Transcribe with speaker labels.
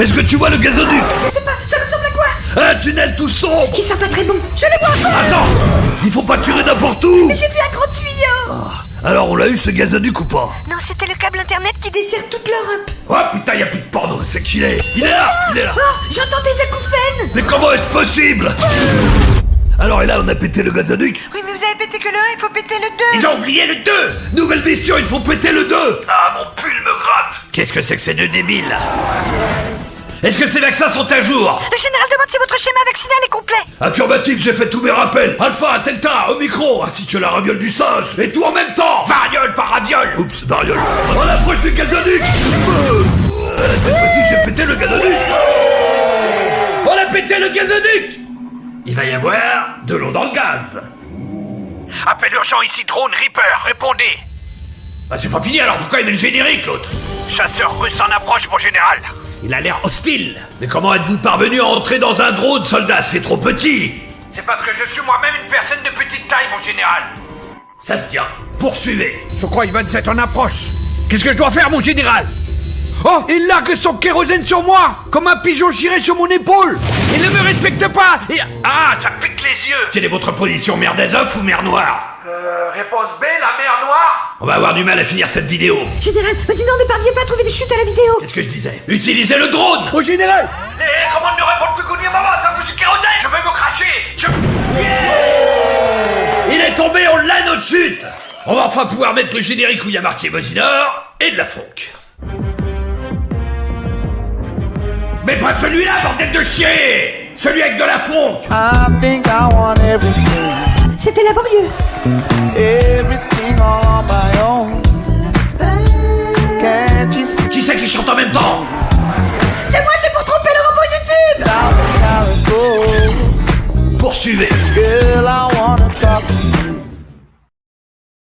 Speaker 1: Est-ce que tu vois le gazoduc
Speaker 2: Je sais pas, ça ressemble à quoi
Speaker 1: Un tunnel tout sombre
Speaker 2: Qui sent pas très bon Je le vois
Speaker 1: Attends Il faut pas tirer n'importe où
Speaker 2: Mais j'ai vu un gros tuyau
Speaker 1: Alors on l'a eu ce gazoduc ou pas
Speaker 2: Oh. Non, c'était le câble internet qui dessert toute l'Europe
Speaker 1: Oh putain, y a plus de porno, c'est qu'il est Il est là Il est là
Speaker 2: Oh J'entends des acouphènes
Speaker 1: Mais comment est-ce possible Alors et là, on a pété le gazoduc
Speaker 2: Oui, mais vous avez pété que le 1, il faut péter le
Speaker 1: Ils
Speaker 2: 2
Speaker 1: ont oublié le 2 Nouvelle mission, il faut péter le 2 Ah, mon pull me gratte Qu'est-ce que c'est que ces deux débiles Est-ce que ces vaccins sont à jour
Speaker 2: Le général demande si votre schéma vaccinal est complet
Speaker 1: Affirmatif, j'ai fait tous mes rappels Alpha, Delta, Omicron, ainsi que la raviole du singe Et tout en même temps Variole par raviole Oups, variole On approche du gazoduc Euh, euh, cette fois-ci, j'ai pété le gazoduc On a pété le gazoduc Il va y avoir de l'eau dans le gaz
Speaker 3: Appel urgent ici, drone Reaper, répondez
Speaker 1: Bah, c'est pas fini, alors pourquoi il met le générique, l'autre
Speaker 3: Chasseur russe en approche, mon général
Speaker 1: Il a l'air hostile. Mais comment êtes-vous parvenu à entrer dans un drone, soldat C'est trop petit.
Speaker 3: C'est parce que je suis moi-même une personne de petite taille, mon général
Speaker 1: Ça se tient. Poursuivez.
Speaker 4: Croix 27 en approche. Qu'est-ce que je dois faire, mon général Oh, il largue son kérosène sur moi, comme un pigeon chiré sur mon épaule. Il ne me respecte pas. Et...
Speaker 1: Ah, ça...
Speaker 3: Ça pique les yeux
Speaker 1: Quelle est votre position, mer d'Azov ou mer Noire
Speaker 3: Euh, réponse B, la mer noire
Speaker 1: On va avoir du mal à finir cette vidéo.
Speaker 2: Général, mais dis non, ne parviez pas à trouver des chutes à la vidéo
Speaker 1: Qu'est-ce que je disais Utilisez le drone
Speaker 4: Mon général,
Speaker 3: Les commandes Eh, ne répondent plus qu'au maman, ça vous kérosène Je vais me cracher Je...
Speaker 1: Il est tombé, on l'a notre chute On va enfin pouvoir mettre le générique où il y a marqué Mosinor et de la funk. Mais pas celui-là, bordel de chien Celui avec de la funk
Speaker 5: I think I want everything,
Speaker 2: C'était laborieux
Speaker 5: everything all on my own. Can't you see
Speaker 1: Qui c'est qui chante en même temps
Speaker 2: C'est moi, c'est pour tromper le robot YouTube
Speaker 5: how the it goes?
Speaker 1: Poursuivez
Speaker 5: Girl, I wanna talk to